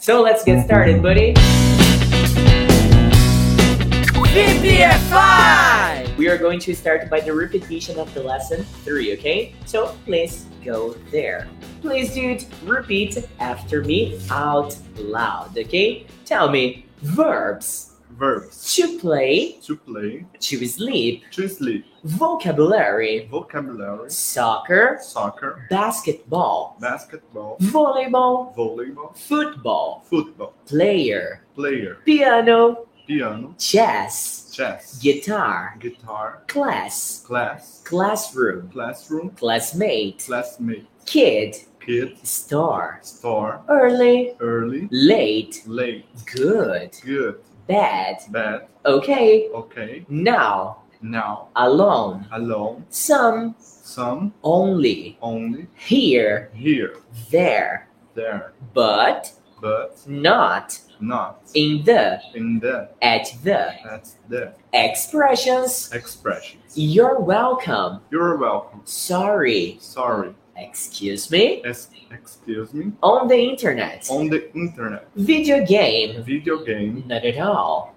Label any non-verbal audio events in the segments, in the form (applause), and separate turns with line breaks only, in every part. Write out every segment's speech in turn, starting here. So let's get started, buddy.
VPFI!
We are going to start by the repetition of the lesson three, okay? So please go there. Please, dude, repeat after me out loud, okay? Tell me verbs
Verbs.
to play,
To play.
to sleep,
To sleep.
vocabulary,
Vocabulary.
soccer,
Soccer.
basketball,
Basketball.
volleyball,
Volleyball.
football,
Football.
player,
Player.
piano,
Piano.
chess,
Chess.
guitar,
Guitar.
class,
Class.
classroom,
Classroom.
classmate,
Classmate.
kid,
Kid.
star,
Star.
early,
Early.
late,
Late.
good,
Good.
bad,
Bad.
okay,
Okay.
now,
Now.
alone,
Alone.
some,
Some.
only,
Only.
here,
Here.
there,
There.
but
But.
not,
Not.
in the,
In the.
at the,
At the.
expressions,
Expressions.
you're welcome,
You're welcome.
sorry,
Sorry.
excuse me,
Es- excuse me.
on the internet,
On the internet.
video game,
Video game.
not at all,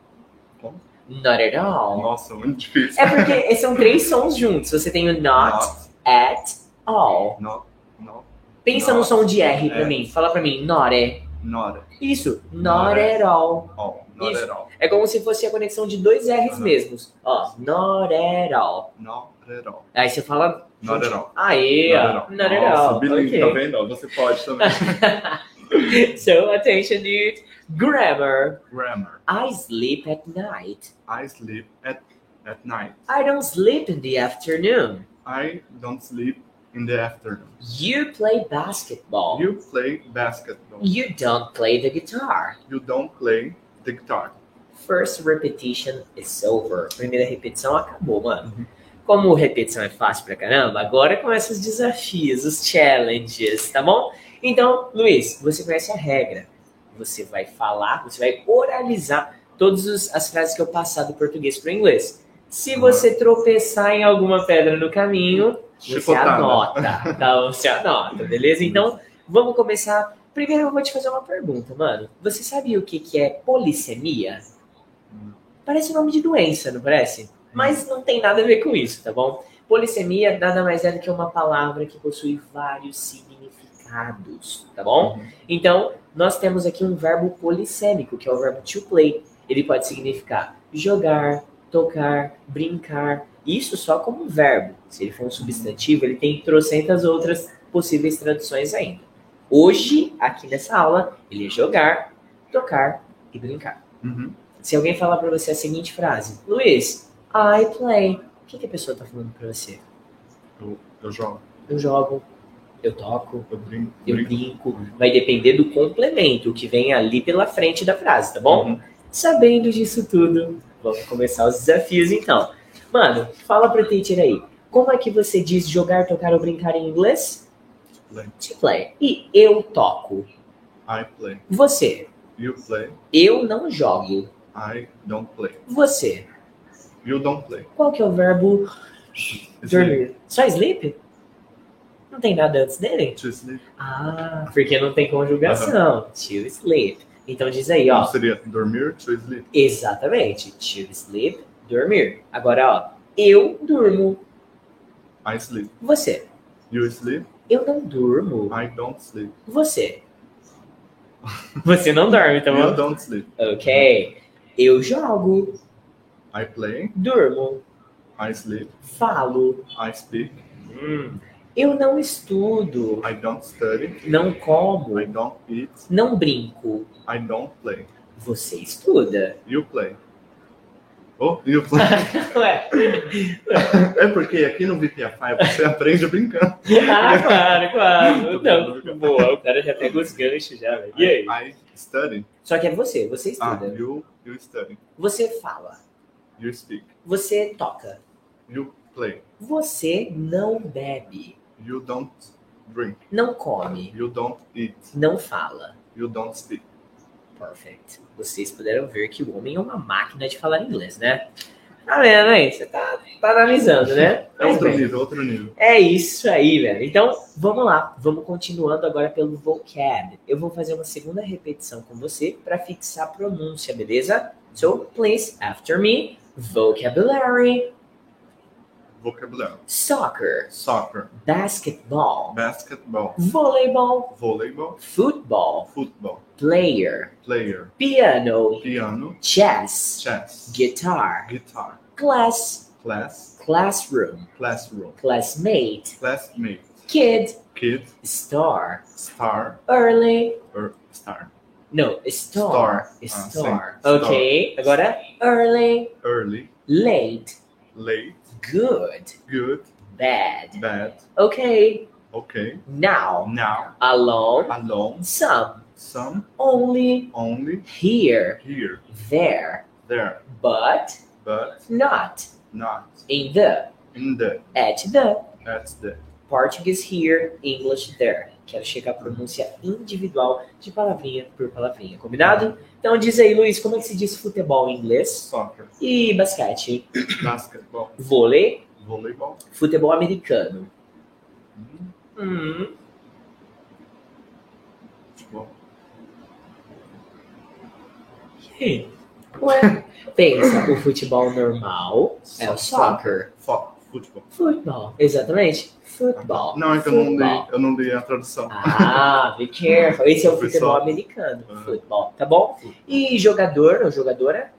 Como?
not at all.
Nossa, muito difícil.
É
(laughs)
porque são três sons juntos. Você tem o not,
Not.
at, all.
Not. Not.
Pensa no
Not.
som de R pra
É.
mim. Fala pra mim, not at.
Not at
Isso, not
Not
at all.
all. Not
Isso.
at all.
É como se fosse a conexão de dois R's
Aham.
mesmos. Ó, not at all.
Not at all.
Aí você fala.
Not at all.
Aí,
Not at
ó.
all.
Not at
Nossa, tá
all.
bilingue,
Ok.
tá vendo? Você
(laughs)
pode também.
so, attention, dude. Grammar.
Grammar.
I sleep at night.
I sleep at, at night.
I don't sleep in the afternoon.
I don't sleep in the afternoon.
You play basketball.
You play basketball.
You don't play the guitar.
You don't play the guitar.
First repetition is over. Primeira repetição acabou, mano.
Uhum.
Como repetição é fácil pra caramba, agora começam os desafios, os challenges, tá bom? Então, Luiz, você conhece a regra. Você vai falar, você vai oralizar todas as frases que eu passar do português pro inglês. Se
Uhum.
você tropeçar em alguma pedra no caminho, você
Chicotada.
anota, tá? Você anota, beleza? Então, vamos começar. Primeiro eu vou te fazer uma pergunta, mano. Você sabe o que, que é polissemia?
Não.
Parece um nome de doença, não parece? Mas não tem nada a ver com isso, tá bom? Polissemia nada mais é do que uma palavra que possui vários significados, tá bom?
Uhum.
Então, nós temos aqui um verbo polissêmico, que é o verbo to play. Ele pode significar jogar, tocar, brincar. Isso só como um verbo. Se ele for um substantivo, ele tem trocentas outras possíveis traduções ainda. Hoje, aqui nessa aula, ele é jogar, tocar e brincar.
Uhum.
Se alguém falar pra você a seguinte frase, Luiz, I play. O que, que a pessoa tá falando pra você?
Eu, eu jogo.
Eu jogo, eu toco,
Eu brinco.
eu
brinco.
brinco. Vai depender do complemento que vem ali pela frente da frase, tá bom?
Uhum.
Sabendo disso tudo, vamos começar os desafios então. Mano, fala pro teacher aí. Como é que você diz jogar, tocar ou brincar em inglês?
Play.
To play. E eu toco.
I play.
Você.
You play.
Eu não jogo.
I don't play.
Você.
You don't play.
Qual que é o verbo
Sleep.
Dormir. Só sleep? Não tem nada antes dele?
To sleep.
Ah, porque não tem conjugação. To sleep. Então diz aí,
Não
ó.
seria dormir, to sleep.
Exatamente. To sleep, dormir. Agora, ó. Eu durmo.
I sleep.
Você.
You sleep.
Eu não durmo.
I don't sleep.
Você. (laughs) Você não dorme, tá
you
bom?
don't sleep.
Ok. Eu jogo.
I play.
Durmo.
I sleep.
Falo.
I speak.
Hum. Eu não estudo.
I don't study.
Não como.
I don't eat.
Não brinco.
I don't play.
Você estuda.
You play. Oh, you play.
(laughs) Ué.
é porque aqui no VPFI você aprende brincando.
Ah, claro, claro.
Tô falando,
Não, boa, o cara já pega os ganchos já, velho. (laughs) E aí?
I study.
Só que é você, você
Ah,
estuda.
you, you study.
Você fala.
You speak.
Você toca.
You play.
Você não bebe.
You don't drink.
Não come.
You don't eat.
Não fala.
You don't speak.
Perfect. Vocês puderam ver que o homem é uma máquina de falar inglês, né? Tá vendo, hein? Você tá, tá analisando, né?
É
Mas
outro
bem,
nível, outro nível.
É isso aí, velho. Então, vamos lá. Vamos continuando agora pelo vocab. Eu vou fazer uma segunda repetição com você para fixar a pronúncia, beleza? So, please, after me, vocabulary,
Vocabulário.
soccer,
Soccer,
basketball,
basketball,
volleyball,
voleibol,
football,
futebol,
player,
player,
piano,
piano,
chess,
chess,
guitar,
guitar,
class,
class,
classroom,
classroom,
classmate,
classmate,
kid,
kid,
star,
star,
early,
or star,
não, star,
Star. Ah,
star.
sim.
ok, agora early,
early,
late,
late,
good,
good,
bad.
bad,
Ok,
okay,
now,
now,
alone,
alone,
some,
some,
only,
only,
here,
here,
there,
there,
but
but
not,
not,
in the,
in the,
at the.
that's the,
Portuguese here, English there. Quero chegar à pronúncia individual de palavrinha por palavrinha, combinado? Então diz aí, Luiz, como é que se diz futebol em inglês?
soccer,
E basquete,
basketball,
vôlei,
voleibol, Mm-hmm.
futebol americano.
hum,
Hum,
futebol,
sim. Ué, pensa, o futebol normal é o soccer.
fo- futebol.
Futebol, exatamente. Futebol.
Não, então eu não
futebol.
li, eu não li a tradução. (laughs)
Ah, be careful. Esse é o
Foi
futebol
só-
americano.
Ah.
Futebol, tá bom? E jogador ou jogadora?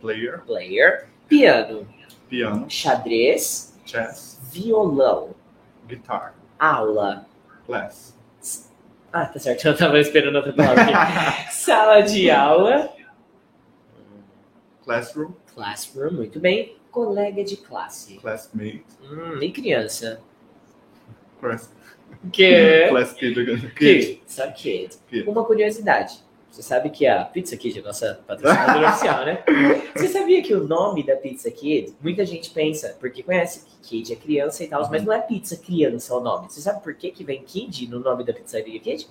Player,
Player. Piano.
piano,
xadrez,
chess,
violão,
guitar,
aula.
class,
Ah, tá certo, eu tava esperando outra palavra
(laughs)
aqui. Sala de aula,
classroom,
classroom, muito bem. Colega de classe.
classmate,
Hum, e criança?
class,
Que?
class kid, kid,
Kid. Só kid.
Kid.
Uma curiosidade. Você sabe que a Pizza Kid é nossa patrocinadora oficial, né? Você sabia que o nome da Pizza Kid, muita gente pensa, porque conhece que Kid é criança e tal, mas não é pizza criança o nome. Você sabe por que, que vem Kid no nome da pizzaria Kid?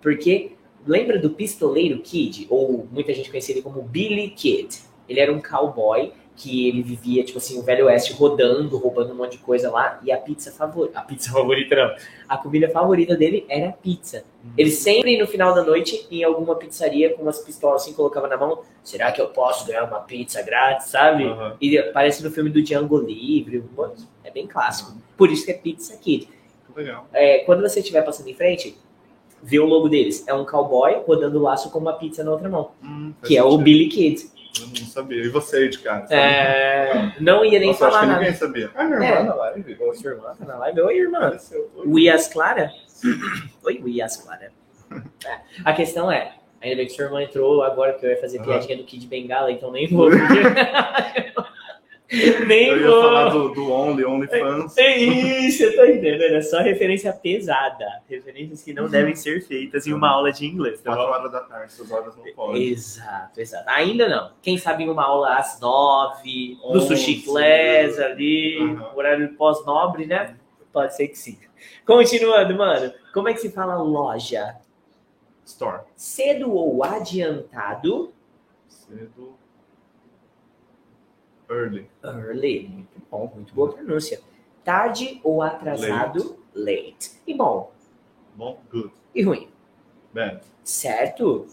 Porque lembra do pistoleiro Kid, ou muita gente conhecia ele como Billy Kid. Ele era um cowboy que ele vivia, tipo assim, o Velho Oeste rodando, roubando um monte de coisa lá, e a pizza favorita. A pizza (laughs) favorita não. A comida favorita dele era pizza.
Uhum.
Ele sempre, no final da noite, em alguma pizzaria, com umas pistolas assim, colocava na mão, será que eu posso ganhar uma pizza grátis, sabe?
Aham.
E aparece no filme do Django Livre, um monte- é bem clássico. Por isso que é Pizza Kid.
legal.
É, quando você estiver passando em frente, vê o logo deles. É um cowboy rodando o laço com uma pizza na outra mão,
Hum, faz
que é o
sentido.
Billy Kid.
Eu não sabia. E você aí de cara? sabe?
É, não ia nem
Nossa, acho
falar
que
nada.
ninguém sabia. Ah, minha
É.
irmã na live.
Ô, sua irmã tá na live. Oi, irmã.
Apareceu. Oi.
O Ias Clara? Oi, o Ias Clara. É, A questão é, ainda bem que sua irmã entrou agora, porque eu ia fazer
Aham.
piadinha do Kid Bengala, então nem vou.
(laughs)
porque-
Eu
nem
ia falar
vou.
do, do Only, OnlyFans.
É isso, eu tô entendendo. Era só referência pesada. Referências que não
Uhum.
devem ser feitas em uma aula de inglês, tá
4
bom?
horas é da tarde, essas horas não podem.
Exato, exato. Ainda não. Quem sabe em uma aula às nove, no
Onze. né?
sushi class ali,
Aham.
horário pós-nobre, né? Pode ser que sim. Continuando, mano. Como é que se fala loja?
Store.
Cedo ou adiantado?
Cedo. Early.
Early. Muito bom, muito boa pronúncia. Tarde ou atrasado? Late. E bom,
Bom, good.
e ruim.
Bad.
Certo?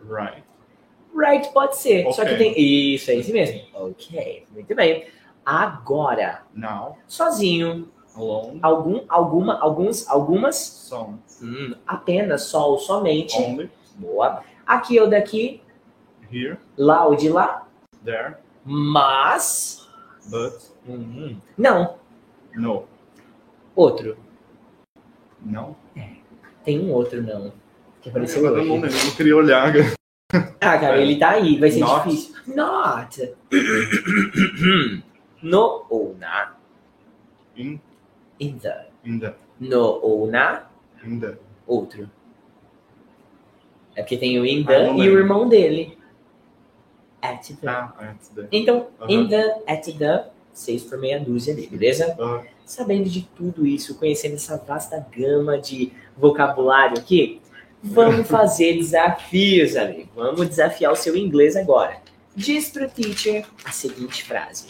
Right.
Right pode ser. Só que
Ok.
tem. Isso, é isso mesmo. Ok, muito bem. Agora,
Now.
sozinho,
Alone.
algum, alguma, alguns, algumas,
Some.
hum, apenas, só ou somente.
Only.
Boa. Aqui ou daqui,
Here.
lá ou de lá,
There.
mas.
But. Uhum.
hum, não,
No.
outro.
Não.
Tem um outro não. Que apareceu
Agora eu
hoje.
não lembro, eu não queria olhar.
Ah, cara, ele tá aí, vai ser
Not.
difícil.
(coughs)
Not. no ou na.
In.
In the.
In the.
No ou na.
In the.
Outro. É porque tem o in
Ah,
the
não
e o
lembro.
irmão dele. É, tipo, At the.
Ah, antes the.
Então, in
Aham.
the, at the, seis por meia dúzia ali, beleza?
Ah,
Sabendo de tudo isso, conhecendo essa vasta gama de vocabulário aqui,
(laughs)
vamos fazer desafios, amigo. Vamos desafiar o seu inglês agora. Diz pro teacher a seguinte frase: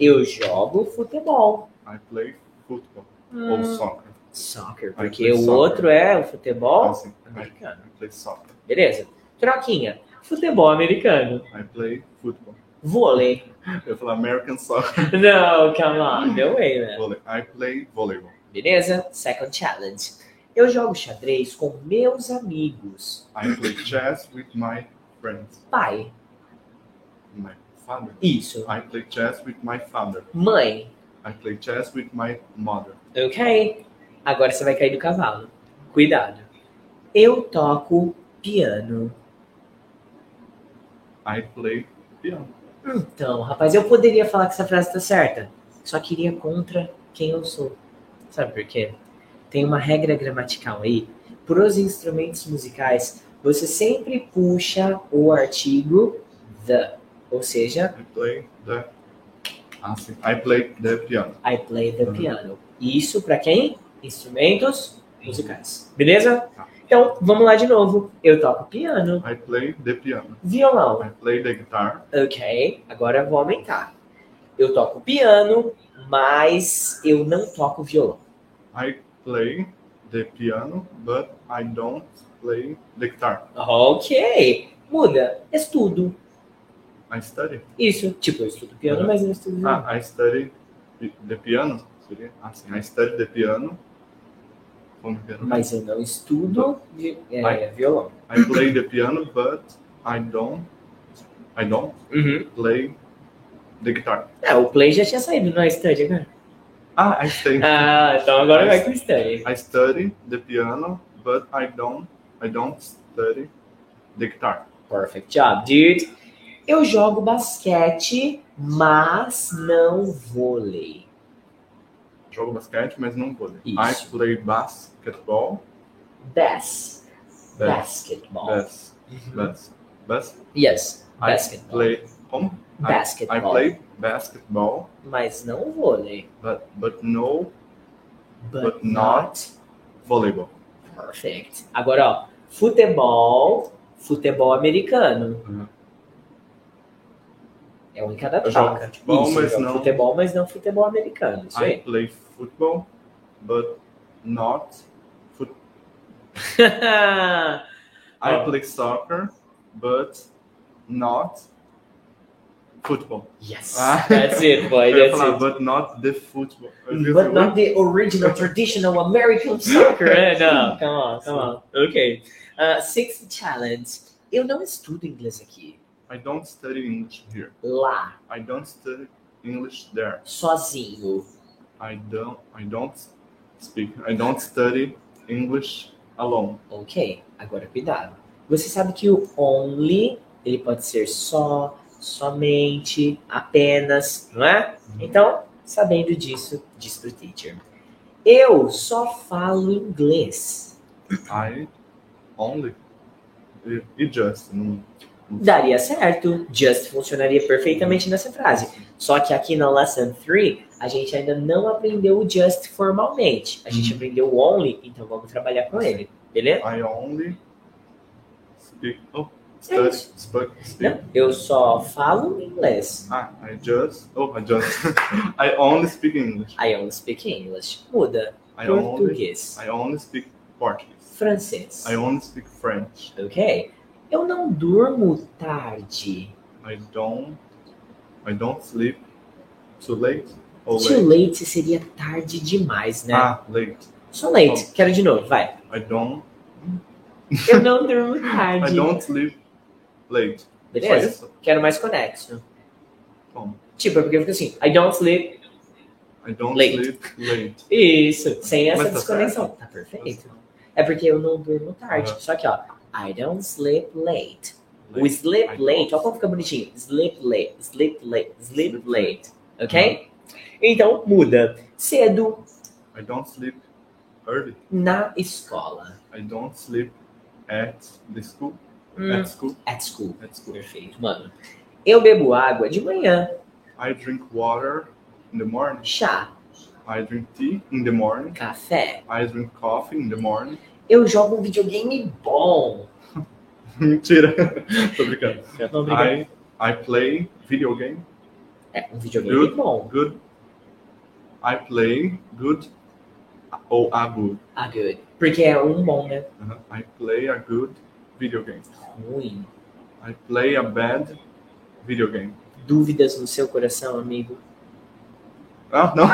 Eu jogo futebol.
I play football ou soccer.
Soccer,
Aí
porque
foi
o
soccer.
outro é o futebol
Assim, I,
americano.
I play soccer.
Beleza. Troquinha, futebol americano.
I play football.
Vôlei.
(laughs) Eu falo American soccer.
Não, come on. No way, né? man.
Vôlei. I play voleibol.
Beleza? Second challenge. Eu jogo xadrez com meus amigos.
I play chess with my friends.
Pai.
My father.
Isso.
I play chess with my father.
Mãe.
I play chess with my mother.
Ok? Agora você vai cair do cavalo. Cuidado. Eu toco piano.
I play piano.
Então, rapaz, eu poderia falar que essa frase tá certa. Só queria contra quem eu sou. Sabe por quê? Tem uma regra gramatical aí. Para os instrumentos musicais, você sempre puxa o artigo the. Ou seja,
I play the. Ah, sim. I play the piano.
I play the
Uhum.
piano. E Isso para quem? Instrumentos musicais. Beleza?
Tá.
Então, vamos lá de novo. Eu toco piano,
I play the piano.
violão.
I play the guitar.
Ok, agora eu vou aumentar. Eu toco piano, mas eu não toco violão.
I play the piano, but I don't play the guitar.
Ok, muda. Estudo.
I study.
Isso. Tipo, eu estudo piano,
Uhum.
mas não estudo violão.
Ah, I study pi- the piano. Seria? Ah, sim. I study the piano. Como que era?
Mas eu não estudo vi- é, violão.
I play the piano, but I don't. I don't
Uhum.
play the guitar.
É, o play já tinha saído, não é study agora?
Ah, I study.
Ah, então agora vai com study.
I study the piano, but I don't. I don't study the guitar.
Perfect job, dude. Eu jogo basquete, mas não vôlei.
Jogo basquete, mas não vôlei.
Isso.
I play basketball.
Bas.
Bas.
Basketball.
Bas. Bas. Bas.
Yes,
I
basketball.
play. Como? I- I
basketball.
play basketball,
Mas não vôlei.
but but no
But,
But not- voleibol.
Perfect. Agora, ó. Futebol. Futebol americano.
Uhum.
É um em cada
Eu jogo
toca.
futebol,
Isso, eu
mas
jogo
não-
Futebol, mas não futebol americano. Isso
I
aí.
play football, but not. I
Oh.
play soccer, but not football.
(laughs) yes.
Ah.
That's it, boy.
(laughs) Eu ia
That's
falar,
it.
but not the football. Eu ia
But
dizer,
not the original traditional American soccer. eh? Não, come on, come on. Ok. Uh, sixth challenge. Eu não estudo inglês aqui.
I don't study English here.
Lá,
I don't study English there.
sozinho.
I don't. I don't speak. I don't study English alone.
Ok, agora cuidado. Você sabe que o only, ele pode ser só, somente, apenas, não é? Então, sabendo disso, diz pro teacher. Eu só falo inglês.
I only. E, e just. Não,
Daria certo. Just funcionaria perfeitamente nessa frase. Só que aqui na Lesson 3, a gente ainda não aprendeu o just formalmente. A gente
Uhum.
aprendeu o only, então vamos trabalhar com ele. Beleza?
I only speak. Oh,
É
study.
isso.
Speak. speak.
Não, eu só falo inglês.
Ah, I just. Oh, I just. (laughs) I only speak English.
I only speak English. Muda.
I only.
Português.
I only speak Portuguese.
Francês.
I only speak French.
Ok? Eu não durmo tarde.
I don't. I don't sleep too late. Or
Too
late.
late seria tarde demais, né?
Ah, late.
Só late. Quero de novo,
(laughs)
vai.
I don't.
Eu não durmo tarde.
(laughs) I don't sleep late. Só
Beleza?
isso?
Quero mais conexo.
Como?
Tipo, é porque fica assim, I don't sleep.
I don't
Late.
sleep late.
Isso, sem essa
Mas tá
desconexão. Tá perfeito. É porque eu não durmo tarde.
Aham.
Só que, ó, I don't sleep late. O
Late.
sleep
I
late,
don't-
ó como fica bonitinho. Sleep late, sleep late, sleep late. Ok? Então, muda. Cedo
I don't sleep early.
na escola.
I don't sleep at the school.
Hum,
At school.
At school.
At school.
Perfeito, mano. Eu bebo água de manhã.
I drink water in the morning.
Chá,
I drink tea in the morning.
café.
I drink coffee in the morning. (laughs)
Eu jogo um videogame bom.
Mentira. (laughs) Tô brincando.
Não,
I, I play video game
É, um videogame
Good.
bom.
Good. I play good. Ou a good.
Ah, good. Porque é um bom, né?
Uhum. Uh-huh. I play a good video game.
Ruim.
I play a bad video game.
Dúvidas no seu coração,
(laughs)
amigo?
Ah, não.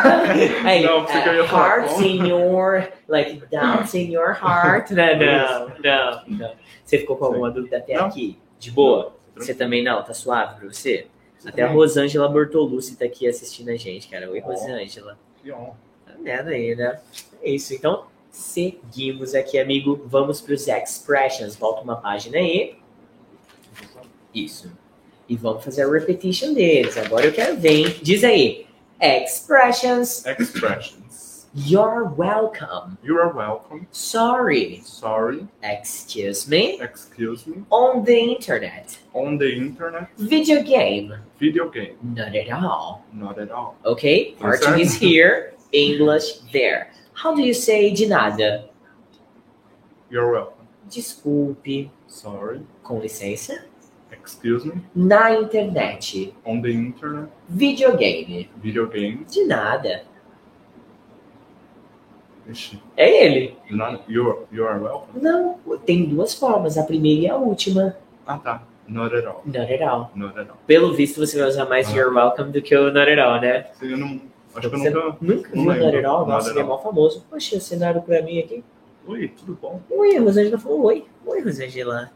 Aí,
Não, pensei que eu ia
é,
falar
hearts
bom.
in
(laughs)
your, like, doubts in your heart. Não, não, não, não. Você ficou com alguma dúvida até
Não.
aqui? De boa?
Não,
Você também não? Tá suave pra você? Até a
também.
Rosângela Bortolucci tá aqui assistindo a gente, cara. Oi, Rosângela.
Que honra.
Tá vendo aí, né? É isso. Então, seguimos aqui, amigo. Vamos para os expressions. Volta uma página aí. Isso. E vamos fazer a repetition deles. Agora eu quero ver, hein? Diz aí. Expressions.
Expressions.
You're welcome.
You are welcome.
Sorry.
Sorry.
Excuse me.
Excuse me.
On the internet.
On the internet.
Video game.
Video game.
Not at all.
Not at all.
Okay?
Tá certo.
Portuguese here. English there. How do you say de nada?
You're welcome.
Desculpe.
Sorry.
Com licença.
Excuse me.
na internet,
On the internet.
videogame,
Video game.
de nada.
Ixi.
É ele?
Not, you, are, you are welcome.
Não, tem duas formas, a primeira e a última.
Ah, tá. Not at all.
Not at all.
Not at all.
Pelo visto, você vai usar mais
Ah.
You're Welcome do que o Not at all, né?
Eu não, acho que eu
Você
nunca...
Nunca
não
viu Not
lembro.
at all?
Not
Nossa,
at
ele é
all.
mal famoso. Poxa, cenário pra mim aqui.
Oi, tudo bom?
Oi, a Rosângela falou oi. Oi, Rosângela.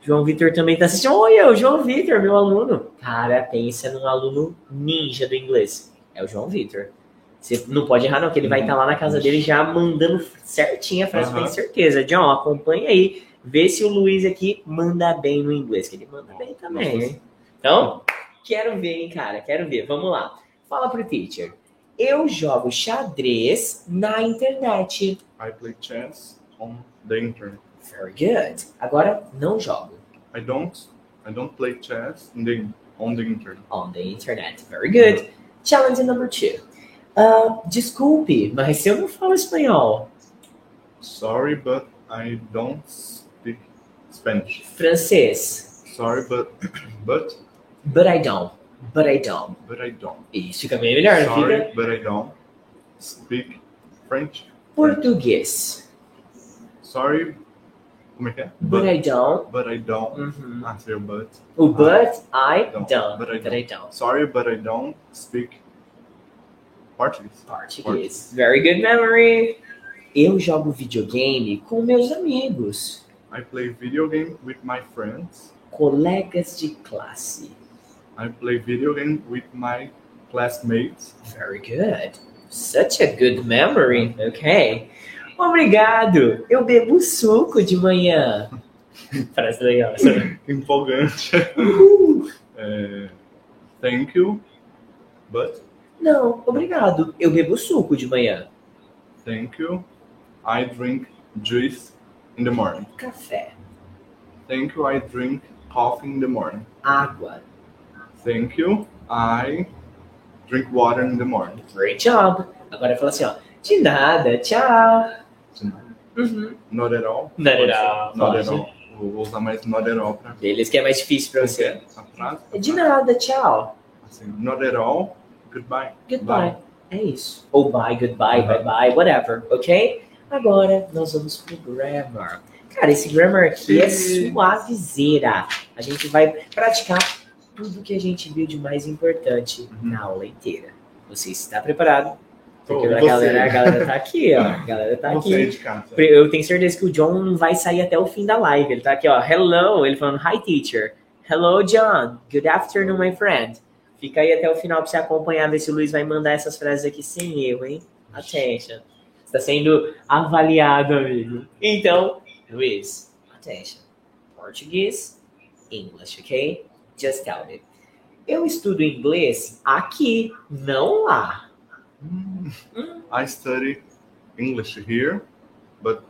João Vitor também tá assistindo. Oi, é o João Vitor, meu aluno. Cara, pensa num aluno ninja do inglês. É o João Vitor. Você não pode errar, não, que ele vai
Uhum.
estar lá na casa dele já mandando certinho a frase,
Aham.
tem certeza. John, acompanha aí. Vê se o Luiz aqui manda bem no inglês, que ele manda bem também,
Nossa.
hein? Então, quero ver, hein, cara, quero ver. Vamos lá. Fala pro teacher. Eu jogo xadrez na internet.
I play chess on the internet.
Very good. Agora não jogo.
I don't I don't play chess in the, on the internet.
On the internet. Very good. Challenge number two. Ah, desculpe, mas eu não falo espanhol.
Sorry, but I don't speak Spanish.
Francês.
Sorry, but (clears throat) but
But I don't. But I don't.
but I don't.
Isso fica bem melhor, não
Sorry,
fica?
but I don't speak French.
Português.
Sorry, como é que é?
But, I don't.
but I don't.
Uhum.
Ah, seu but.
O but I
Don't.
don't.
But I
don't.
Sorry, but I don't speak Portuguese.
Português. Very good memory. Eu jogo videogame com meus amigos,
I play video game with my friends.
colegas de classe.
I play video game with my classmates. (laughs)
Very good. Such a good memory. Okay. Obrigado. Eu bebo suco de manhã. Parece legal. essa.
(laughs) Empolgante.
Uhul.
É, Uh, thank you, but
Não, obrigado. Eu bebo suco de manhã.
thank you. I drink juice in the morning.
Café.
Thank you. I drink coffee in the morning.
Água.
Thank you. I drink water in the morning.
Great job. Agora fala assim, ó. De nada. Tchau. Uhum.
Not at all.
Not at all.
Not at
Pode.
all. Vou vou usar mais not at all pra
Beleza, que é mais difícil pra você.
a frase.
De nada. Tchau.
Assim, not at all. Goodbye.
Goodbye. É isso. Ou bye, goodbye,
Uhum.
bye bye, whatever. Ok? Agora nós vamos pro grammar. Cara, esse grammar aqui é
Sim.
suavizeira. A gente vai praticar tudo que a gente viu de mais importante
Uhum.
na aula inteira. Você está preparado?
Tô,
Porque
e
a
você?
galera, a galera tá aqui, ó. A galera tá
Você aí
aqui.
de casa.
Eu tenho certeza que o John não vai sair até o fim da live. Ele tá aqui, ó. Hello, ele falando hi teacher. Hello, John. Good afternoon, my friend. Fica aí até o final pra você acompanhar, ver se o Luiz vai mandar essas frases aqui sem erro, hein? Attention. Está sendo avaliado, amigo. Então, Luiz, attention. Português, English, ok? Just tell me. Eu estudo inglês aqui, não lá.
Hum. Hmm. I study English here, but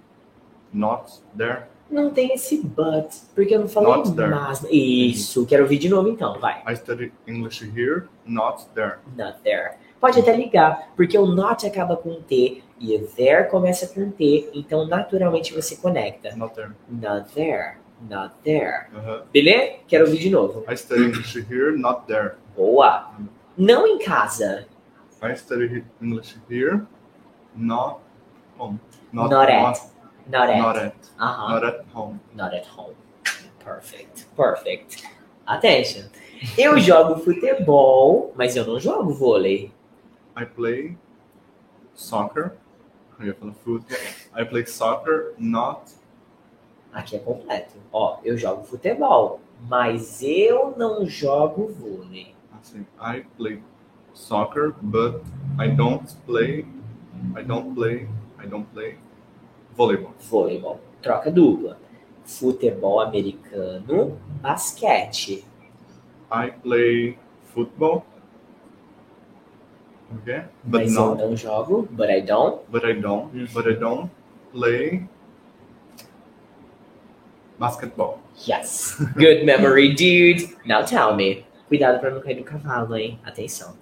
not there.
Não tem esse but, porque eu não falei
Not there.
mas. Isso, quero ouvir de novo então, vai.
I study English here, not there.
Not there. Pode até ligar, porque o not acaba com T e o there começa com T, então naturalmente você conecta.
Not there.
Not there, not there.
Uh-huh.
Beleza? Quero ouvir de novo.
I study English here, not there.
Boa. Não em casa.
I study English here. Not home. Not,
Not at.
Not,
Not at.
not at.
Aham.
Not at home.
Not at home. Perfect. Perfect. Attention. Eu jogo futebol, mas eu não jogo vôlei.
I play soccer. Eu ia falar futebol. I play soccer, not
Aqui é completo. Ó, eu jogo futebol, mas eu não jogo vôlei.
assim. I play soccer, but I don't play. I don't play. I don't play volleyball.
Vôleibol. Troca dupla. Futebol americano, basquete.
I play football. Okay, but
Mas eu
not.
não jogo, but I don't.
But I don't. But I don't play basketball.
Yes. Good memory, dude. Now tell me. Cuidado pra não cair do cavalo, hein? Atenção.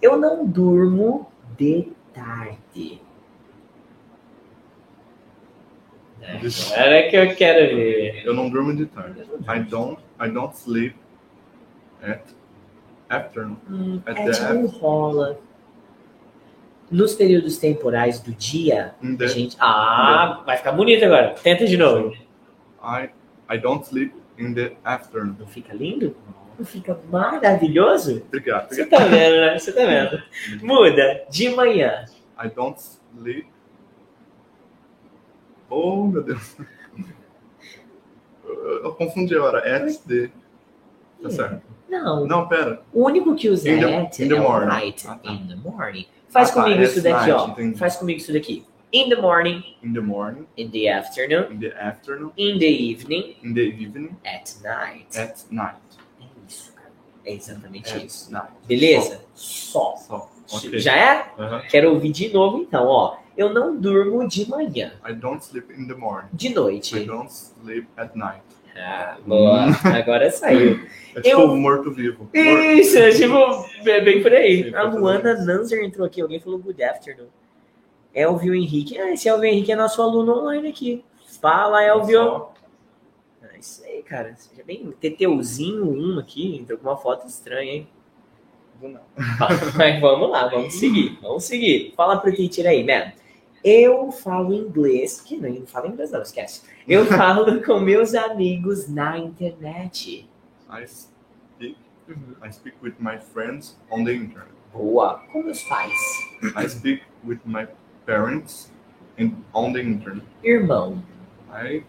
Eu não durmo de tarde. Era que eu quero ver.
Eu não durmo de tarde. I don't. I don't sleep at afternoon.
Hum,
Até-
é tipo um rola. Nos períodos temporais do dia,
In
a
the
gente. Ah, vai ficar bonito agora. Tenta de novo.
I I don't sleep in the afternoon.
Não fica lindo? Não fica maravilhoso?
Obrigado.
Você
obrigado.
tá vendo, né? Você tá vendo.
(laughs)
Muda. De manhã.
I don't sleep. Oh meu Deus. (laughs) Eu, eu confundi a hora. At the. Tá certo.
Não.
Não, pera.
O único que usa
In the-
at
in the
é o
morning.
night.
Ah, tá.
In the morning. Faz
Ah, tá,
comigo
é
isso daqui,
night,
ó.
entendi.
Faz comigo isso daqui. In the morning,
In the morning,
in the afternoon,
in the afternoon,
in the evening,
in the evening,
at night.
at night.
É isso, cara. É exatamente
At
isso.
night.
Beleza? Só.
Só. só. Ok.
Já é?
Aham.
Quero ouvir de novo então, ó. Eu não durmo de manhã,
I don't sleep in the morning.
de
I
noite.
don't sleep at night.
Ah, boa. Agora saiu.
É tipo
Eu-
morto-vivo. Mor-
Isso, é tipo, é bem por aí.
Sim,
A Luana Nanzer entrou aqui, alguém falou good afternoon. Elvio Henrique. Ah, esse Elvio Henrique é nosso aluno online aqui. Fala, Elvio.
Só.
É isso aí, cara. Seja bem TTUzinho 1 aqui, entrou com uma foto estranha, hein?
Do nada.
(laughs) Mas vamos lá, vamos seguir, vamos seguir. Fala pro teacher aí, man. Eu falo inglês, que não, não falo inglês não, esquece. Eu (laughs) falo com meus amigos na internet.
(laughs) I speak.
Uhum.
I speak with my friends on the internet.
Boa, com meus pais,
I speak with my parents and on the internet.
irmão.
I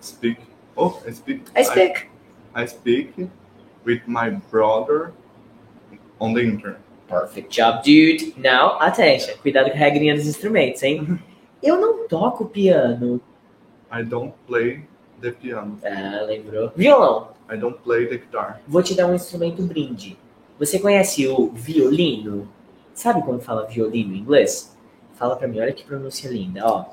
speak. Oh, I speak.
I speak.
I, I speak with my brother on the internet.
Perfect job, dude. Now, attention. Cuidado com a regrinha dos instrumentos, hein? (laughs) Eu não toco piano.
I don't play the piano.
Ah, lembrou. Violão.
I don't play the guitar.
Vou te dar um instrumento brinde. Você conhece o violino? Sabe como fala violino em inglês? Fala pra mim, olha que pronúncia linda, ó.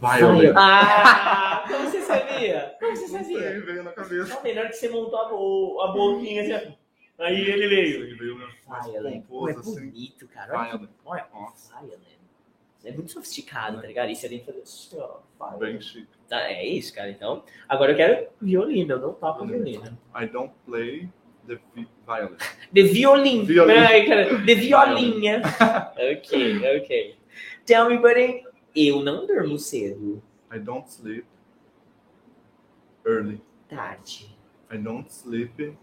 Violin.
(laughs) Ah! Como você sabia? Como você
Não
sabia?
sei, veio na cabeça.
Não, melhor que você montou a, bo- a boquinha assim. ó. Aí ele veio.
Ele veio mais
Violin. Pô, é
composto, assim.
bonito, cara. Olha,
Violin.
olha
Nossa.
Violin. É muito sofisticado, tá ligado? E você tem que fazer assim, ó.
Bem
Violin.
chique.
Tá, é isso, cara. Então, agora eu quero violino. Eu não toco
Violino.
violino.
I don't play the vi- violin.
(laughs) De violin.
Violin.
Ai, cara. De violinha. ok, ok. Tell me, buddy. Eu não durmo cedo.
I don't sleep early.
Tarde.
I don't sleep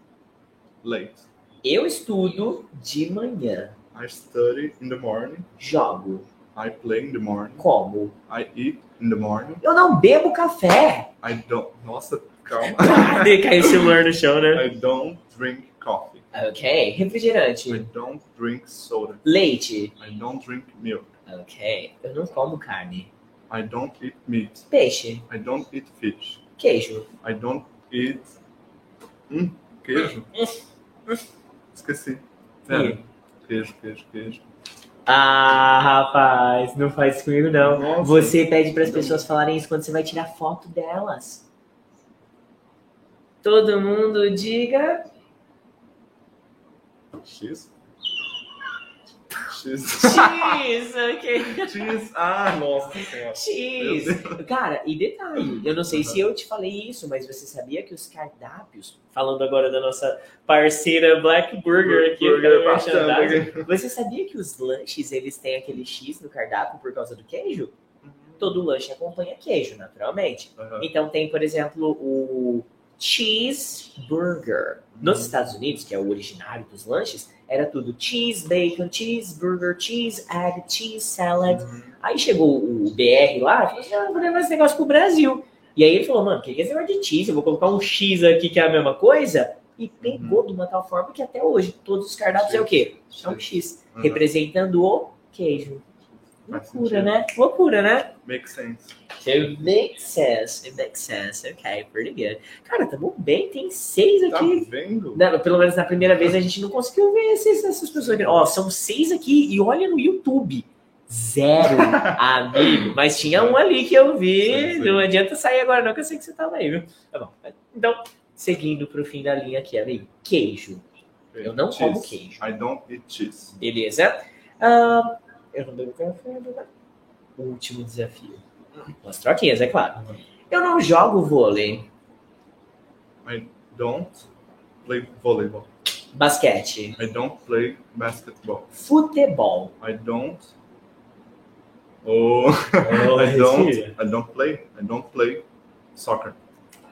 late.
Eu estudo de manhã.
I study in the morning.
Jogo.
I play in the morning.
Como?
I eat in the morning.
Eu não bebo café.
I don't. Nossa, calma.
(laughs) Caiu o celular no chão, né?
I don't drink coffee.
Ok.
I
Refrigerante.
don't drink soda.
Leite.
I don't drink milk.
Ok. Eu não como carne.
I don't eat meat.
Peixe.
I don't eat fish.
Queijo.
I don't eat. Hum, queijo?
Hum,
Esqueci. Pera. Queijo, queijo, queijo.
Ah, rapaz, não faz isso comigo não.
Nossa.
Então, Você pede para as
Não.
pessoas falarem isso quando você vai tirar foto delas. Todo mundo diga
X? X? Cheese.
(laughs) X, ok.
Cheese. Ah, nossa senhora. Meu
X.
Deus.
Cara, e detalhe, eu não sei se eu te falei isso, mas você sabia que os cardápios, falando agora da nossa parceira Black Burger aqui,
Burger
cara,
bastante.
merchandising, você sabia que os lanches, eles têm aquele X no cardápio por causa do queijo? Todo lanche acompanha queijo, naturalmente.
Aham.
Então tem, por exemplo, o cheeseburger.
Uhum.
Nos Estados Unidos, que é o originário dos lanches, era tudo cheese, bacon, cheeseburger, cheese egg, cheese salad.
Uhum.
Aí chegou o BR lá, e falou assim, ah, eu vou levar esse negócio pro Brasil. E aí ele falou, mano, o que que é esse negócio de cheese? Eu vou colocar um X aqui que é a mesma coisa.
Uhum.
E pegou de uma tal forma que até hoje todos os cardápios é o quê? É um X,
Aham.
representando o queijo.
Uhum. Faz
Loucura,
sentido.
né? Loucura, né?
Makes sense.
It makes sense, it makes sense. Ok, pretty good. Cara, tamo bem, tem seis
Tá
aqui.
vendo?
Não, pelo menos na primeira vez a gente não conseguiu ver esses- essas pessoas aqui. Ó, são seis aqui e olha no YouTube.
(laughs)
Zero, amigo. Mas tinha um ali que eu
Sim,
vi.
sim.
Não adianta sair agora, não, que eu sei que você tava aí, viu? Tá bom. Então, seguindo pro fim da linha aqui, amigo. Queijo. Eu não
É Cheese.
como queijo.
I don't eat cheese.
Beleza? Ah, eu não bebo café, né? Último desafio. As troquinhas, é claro.
Uhum.
Eu não jogo vôlei,
I don't play volleyball.
basquete,
I don't play basketball.
futebol.
I don't. Oh, (laughs) I don't. I don't play. I don't play soccer.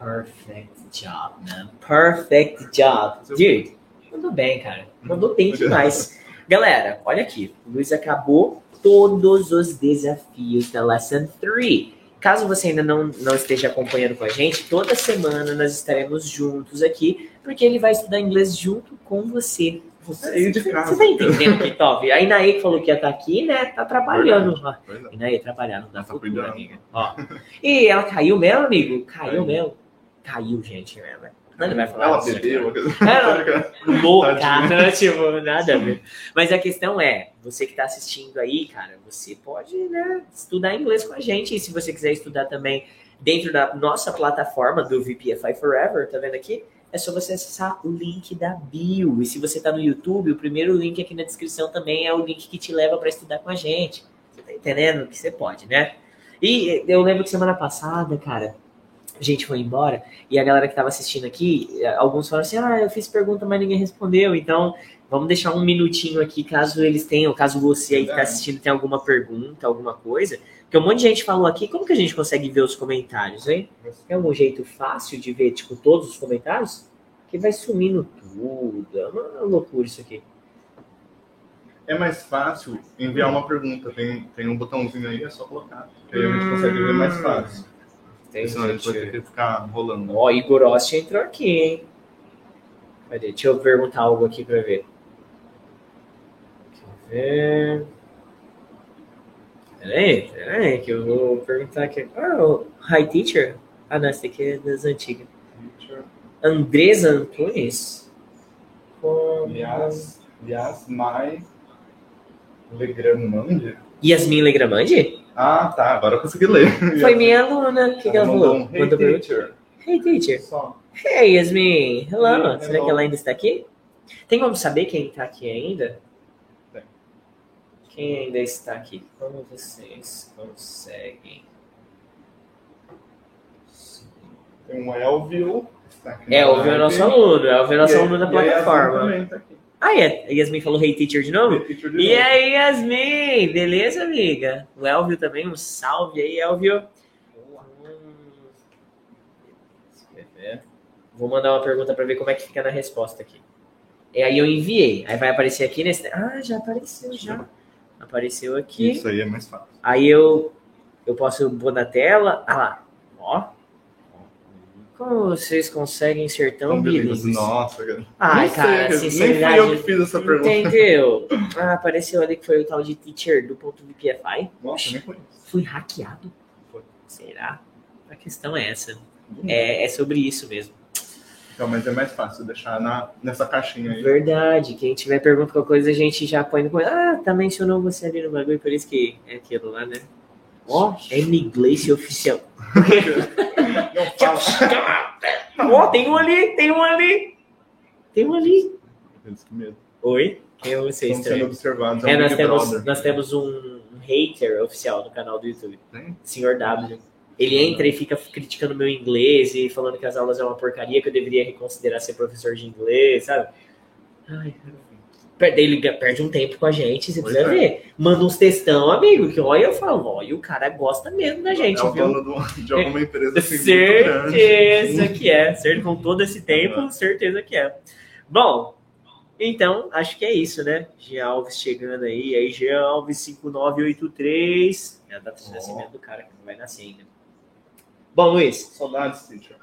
Perfect job, man. Perfect job. Dude, mandou bem, cara. Mandou bem
(laughs)
demais. Galera, olha aqui. O Luiz acabou todos os desafios da Lesson 3. Caso você ainda não, não esteja acompanhando com a gente, toda semana nós estaremos juntos aqui, porque ele vai estudar inglês junto com você.
Você aí de casa.
Você tá entendendo que top? A Inaê que falou que ia estar aqui, né? Tá trabalhando lá.
Pois é.
né, E daí trabalhar não dá
Tá
futuro,
cuidando.
amiga. Ó. E ela caiu mesmo, amigo? Caiu
Caiu.
mesmo. Caiu, gente, mesmo. Não vai falar
(laughs) Ela
disso
bebeu.
É,
assim.
Ela- agora. Louca, né? (laughs) tipo, nada a ver. Mas a questão é, você que tá assistindo aí, cara, você pode, né, estudar inglês com a gente. E se você quiser estudar também dentro da nossa plataforma do VPFI Forever, tá vendo aqui? É só você acessar o link da bio. E se você tá no YouTube, o primeiro link aqui na descrição também é o link que te leva para estudar com a gente. Você tá entendendo que você pode, né? E eu lembro que semana passada, cara, a gente foi embora e a galera que tava assistindo aqui, eh, alguns falaram assim: ah, eu fiz pergunta, mas ninguém respondeu. Então, vamos deixar um minutinho aqui, caso eles tenham, caso você aí que tá
Verdade.
assistindo tem alguma pergunta, alguma coisa. Porque um monte de gente falou aqui, como que a gente consegue ver os comentários, hein? É um jeito fácil de ver, tipo, todos os comentários? Que vai sumindo tudo. É uma loucura isso aqui.
É mais fácil enviar uma pergunta. Tem, tem um botãozinho aí, é só colocar. Que aí a gente consegue ver mais
Hum,
fácil.
Tem
Senão a gente vai ter que ficar rolando.
Ó, Igor Oste entrou aqui, hein? Cadê? Deixa eu perguntar algo aqui pra ver. Deixa eu ver. Peraí, peraí, que eu vou perguntar aqui. Ah, o Hi Teacher? Ah, não, esse aqui é das antigas. Andresa Antunes? Com-
Aliás, aliás, my Legramande?
Yasmin Legramandi?
Ah, tá, agora eu consegui (laughs) ler.
Foi minha aluna. O que, que ela
mandou
falou?
um, hey,
Mandou pra mim.
teacher.
Hey, teacher.
Só.
Hey, Yasmin. Hello.
Hey,
Será
hello.
que ela ainda está aqui? Tem como saber quem está aqui ainda?
Tem.
Quem ainda está aqui? Como vocês conseguem?
Tem um Elvio. está aqui
É,
na
ouviu o
live.
nosso aluno. É, ouviu o nosso
E aí-
aluno na
e aí a Yasmin
plataforma.
também tá aqui.
Ah, é. A Yasmin falou Hey, teacher de novo?
Hey, teacher de
E é
novo.
aí, Yasmin? Beleza, amiga? O Elvio também, um salve aí, Elvio. Hum. Escrever. Vou mandar uma pergunta para ver como é que fica na resposta aqui. E aí eu enviei. Aí vai aparecer aqui nesse. Ah, já apareceu, já. Apareceu aqui.
Isso aí é mais fácil.
Aí eu, eu posso pôr na tela. Ah lá. Ó. Como vocês conseguem ser tão
Então, beleza.
bilíngues?
Nossa, cara.
Ai,
Não sei,
cara,
Nem fui eu
sinceridade.
que fiz essa pergunta.
Entendeu? Ah, apareceu ali que foi o tal de teacher do ponto do PFI.
Nossa, nem conheço.
Fui hackeado.
Foi. Uhum.
Será? A questão é essa. É, é sobre isso mesmo.
Então, mas é mais fácil deixar na, nessa
(laughs)
caixinha aí.
Verdade. Quem tiver pergunta qualquer coisa, a gente já põe no. co- Ah, tá mencionou você ali no bagulho, por isso que é aquilo lá, né? Ó, é inglês oficial.
Não fala.
Ó, tem um ali, tem um ali. Tem um ali.
Deus, que medo.
Oi? Eu não sei
Estão sendo
estranho.
observados.
É,
um
nós
Big
temos,
Brother.
nós temos um um hater oficial no canal do YouTube,
Tem?
Senhor W. Ele
Uhum.
entra e fica criticando meu inglês e falando que as aulas é uma porcaria, que eu deveria reconsiderar ser professor de inglês, sabe? Ai, cara. Per- daí Ele perde um tempo com a gente, você
Pois
precisa
é.
ver. Manda uns textão, amigo, que olha, eu falo, olha, o cara gosta mesmo da gente,
é o
viu?
dono do- de alguma empresa assim, muito
Certeza
grande.
que é. Cer- Com todo esse tempo, certeza que é. Bom, então, acho que é isso, né? Jean Alves chegando aí. Aí, Jean Alves 5983. É a data de
Ó.
nascimento do cara que não vai nascer ainda. Bom, Luiz,
Saudades, teacher.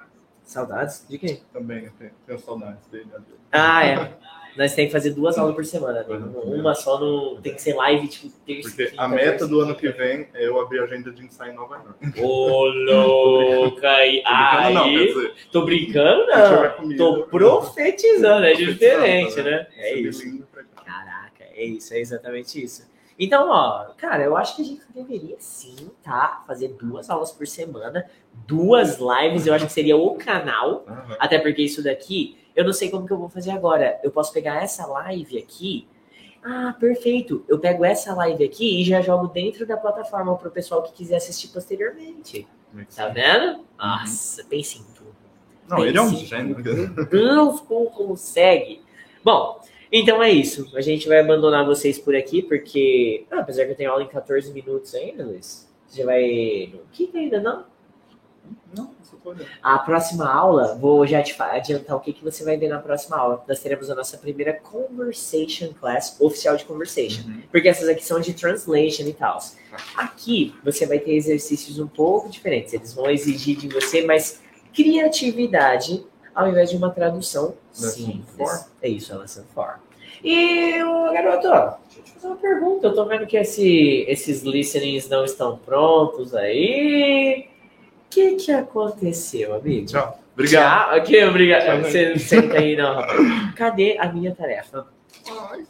saudades de quem?
Também, eu tenho, tenho saudades dele. né? às vezes.
Ah, é. Nós temos que fazer duas aulas por semana. né?
Uhum.
Uma só no. Tem que ser live, tipo, terça.
Porque
quinta, né?
a meta
terça.
do ano que vem é eu abrir a agenda de ensaio em Nova York.
Ô, louca! aí-
Brincando não, quer
Aí.
dizer,
Tô brincando,
A gente
não.
vai comigo.
Tô profetizando, é diferente,
Profetizando,
né? É
seria
isso.
lindo pra cá.
Caraca, é isso, é exatamente isso. Então, ó, cara, eu acho que a gente deveria sim, tá? Fazer duas aulas por semana, duas lives, eu acho que seria o canal.
Aham.
Até porque isso daqui, eu não sei como que eu vou fazer agora. Eu posso pegar essa live aqui. Ah, perfeito. Eu pego essa live aqui e já jogo dentro da plataforma pro pessoal que quiser assistir posteriormente. Tá vendo? Nossa, pensa em tudo.
Não, ele é um
Sim.
gênio.
Deus como consegue. Bom, então é isso. A gente vai abandonar vocês por aqui, porque. Ah, apesar que eu tenho aula em 14 minutos ainda, Luiz. Você vai. no Quinta ainda, não?
Não, isso foi.
A próxima aula, vou já te fa- adiantar o que, que você vai ver na próxima aula. Nós teremos a nossa primeira conversation class, oficial de conversation porque essas aqui são de translation e tal. Aqui você vai ter exercícios um pouco diferentes. Eles vão exigir de você mais criatividade ao invés de uma tradução
Lesson
simples.
four.
É isso, é lesson four. E ô, garoto, ó, deixa eu te fazer uma pergunta. Eu tô vendo que esse- esses listenings não estão prontos aí. O que que aconteceu, amigo?
Tchau. Obrigado.
Tchau. Ok,
Tchau,
obrigado.
amigo.
Você não senta aí, não, rapaz. Cadê a minha tarefa?
Ai,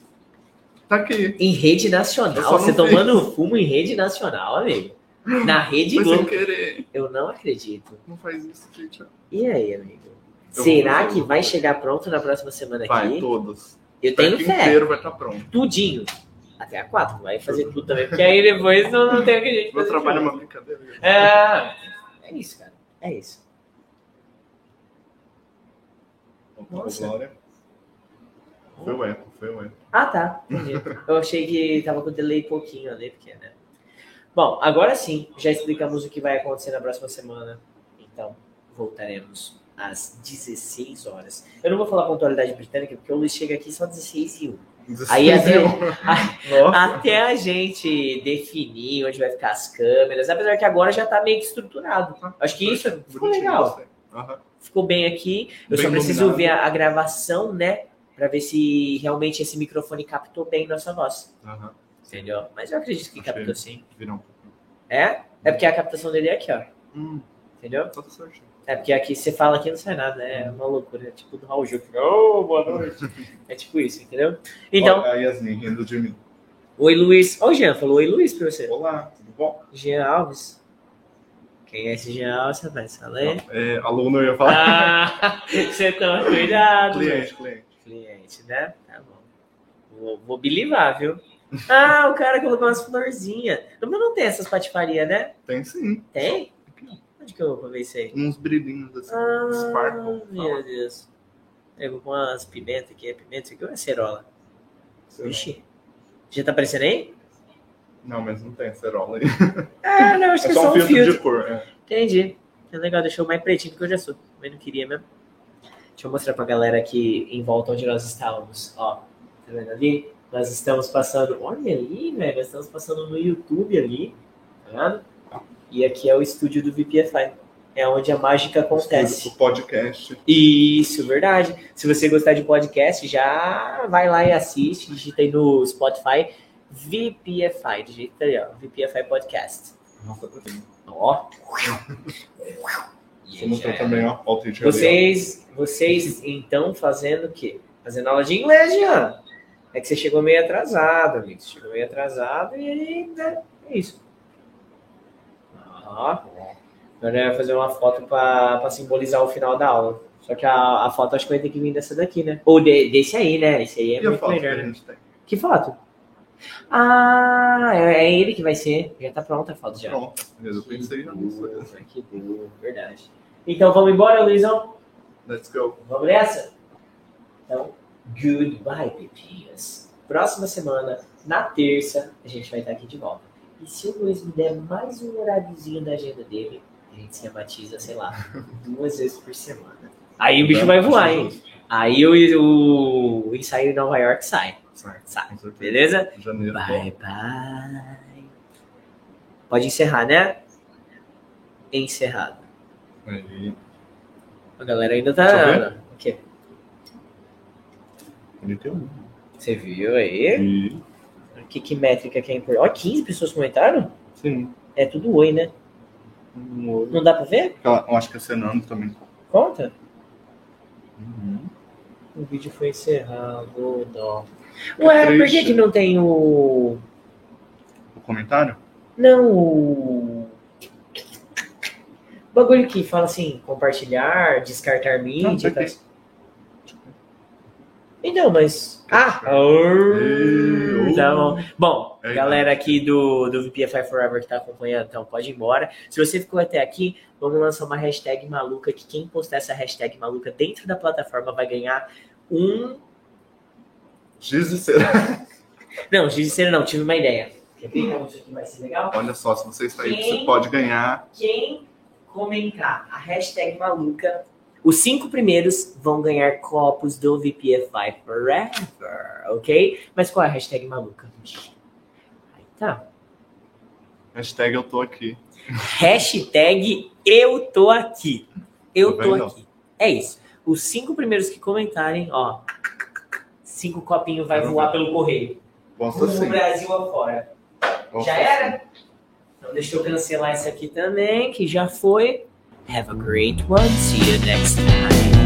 Tá aqui.
Em rede
Eu
nacional?
só não
Você
vi.
tomando fumo em rede nacional, amigo? Na Rede
Foi sem
Globo?
querer.
Eu não acredito.
Não faz isso, teacher.
E aí, amigo?
Eu
Será
vou-
que vai chegar pronto na próxima semana
Vai,
aqui?
todos.
Eu
O
tenho
aqui
fé.
inteiro vai estar pronto.
Tudinho. Até a quatro. Vai fazer tudo também. Porque aí depois não, não tem o que a gente
Meu
fazer
trabalho é
junto.
uma brincadeira.
É. É isso, cara. É isso. Nossa.
Glória. Foi o eco, foi o eco.
Ah, tá. Entendi. Eu achei que tava com delay um pouquinho ali, porque, né? Bom, agora sim, já explicamos o que vai acontecer na próxima semana. Então, voltaremos às 16 horas. Eu não vou falar pontualidade britânica, porque o Luiz chega aqui só 16 e 1. Aí até-
Nossa.
Até a gente definir onde vai ficar as câmeras, apesar que agora já tá meio que estruturado. Acho que isso ficou
Bonitinho
legal.
você. Aham.
Ficou bem aqui. Eu
Bem
só preciso
iluminado.
ver a, a gravação, né? Pra ver se realmente esse microfone captou bem nossa voz.
Aham.
Entendeu? Mas eu acredito que
Achei.
captou sim.
Viram um pouquinho.
É? É porque a captação dele é aqui, ó.
Hum,
Entendeu?
tá tudo certinho.
É porque aqui você fala aqui não sai nada, né? É uma loucura. É tipo do Raul Gil. que fica, Ô, boa noite. É tipo isso, entendeu? Então,
Olha a Yasmin rindo de mim.
oi Luiz. Ó, o Jean falou oi Luiz pra você.
Olá, tudo bom?
Jean Alves. Quem é esse Jean Alves, rapaz? Fala aí.
É, aluno, eu ia falar.
Ah, (laughs) você toma cuidado.
cliente, cliente.
Cliente, né? Tá bom. Vou, vou bilivar, viu? Ah, o cara colocou umas florzinhas. Mas não tem essas patifarias, né?
Tem sim.
Tem? Onde que eu vou ver isso aí?
Uns brilhinhos assim.
Ah,
sparkle.
meu Deus. Eu vou pôr umas pimentas aqui, é pimenta, isso aqui ou é cerola?
Sei lá.
Vixe. Já tá aparecendo aí?
Não, mas não tem cerola aí.
Ah, não, acho
É
que é só um filtro.
de cor. é.
Entendi. É legal, deixou mais pretinho do que eu já sou. Mas não queria mesmo. Deixa eu mostrar pra galera aqui em volta onde nós estávamos. Ó, tá vendo ali? Nós estamos passando. Olha ali, velho. Nós estamos passando no YouTube ali. Tá vendo? E aqui é o estúdio do VPFI. É onde a mágica acontece.
O podcast.
Isso, verdade. Se você gostar de podcast, já vai lá e assiste, digita aí no Spotify VPFI, digita aí, ó, VPFI Podcast.
Nossa, tá bem.
Ó. E
Você
aí já
mostrou
é.
também, ó. Ó, o teacher ali, ó.
Vocês, vocês então fazendo o quê? Fazendo aula de inglês, Jean. É que você chegou meio atrasado, amigo. Você chegou meio atrasado e aí, né? É isso. Ó. Agora eu ia fazer uma foto para simbolizar o final da aula. Só que a, a foto acho que vai ter que vir dessa daqui, né? Ou de- desse aí, né? Esse aí é
E a
muito
foto que
melhor,
a
né?
gente tem?
O Que foto? Ah, é é ele que vai ser. Já tá pronta a foto já.
Pronto, mas eu pensei em algumas coisas.
Que duro, verdade. Então vamos embora, Luizão?
Let's go.
Vamos nessa? Então, goodbye, Pepias. Próxima semana, na terça, a gente vai estar aqui de volta. E se o Luiz me der mais um horáriozinho da agenda dele, a gente se amatiza, sei lá, (laughs) duas vezes por semana. Aí o bicho vai voar, hein? Aí o, o ensaio em Nova York sai.
Sai.
Sai.
Com certeza.
Beleza?
Janeiro. bom.
Bye, bye. Pode encerrar, né? Encerrado.
Aí,
A galera ainda
Deixa
tá. O quê?
ele tem um.
Você viu aí?
E,
Que, que métrica que é importante? Ó, 15 pessoas comentaram?
sim,
É tudo oi, né?
um olho.
Não dá pra ver?
Aquela- Eu acho que a Senando também.
Conta?
Uhum.
O vídeo foi encerrado. Não.
É
Ué, por que,
triste.
que não tem o.
O comentário?
Não, o. o Bagulho que fala assim, compartilhar, descartar
Não,
mídia.
tá aqui.
tá- Então, mas. Ah!
Ei,
Tá
oh.
bom. Bom,
É,
galera aqui do, do VPFI Forever que tá acompanhando, então pode ir embora. Se você ficou até aqui, vamos lançar uma hashtag maluca que quem postar essa hashtag maluca dentro da plataforma vai ganhar um.
Giz de cera.
Não, giz de cera não, tive uma ideia. Quer ver como isso aqui vai ser legal?
(laughs) Olha só, se você está aí,
Quem?
você pode ganhar.
Quem comentar a hashtag maluca, os cinco primeiros vão ganhar copos do VPFI Forever, ok? Mas qual é a hashtag maluca? Aí tá.
Hashtag eu tô aqui.
Hashtag eu tô aqui. Eu
Tá
tô
vendo?
aqui. É isso. Os cinco primeiros que comentarem, ó. Cinco copinhos vai
Não.
voar pelo correio. No
Posso assim.
Brasil afora.
posso
Já
assim.
era? Então deixa eu cancelar essa aqui também, que já foi. Have a great one. See you next time.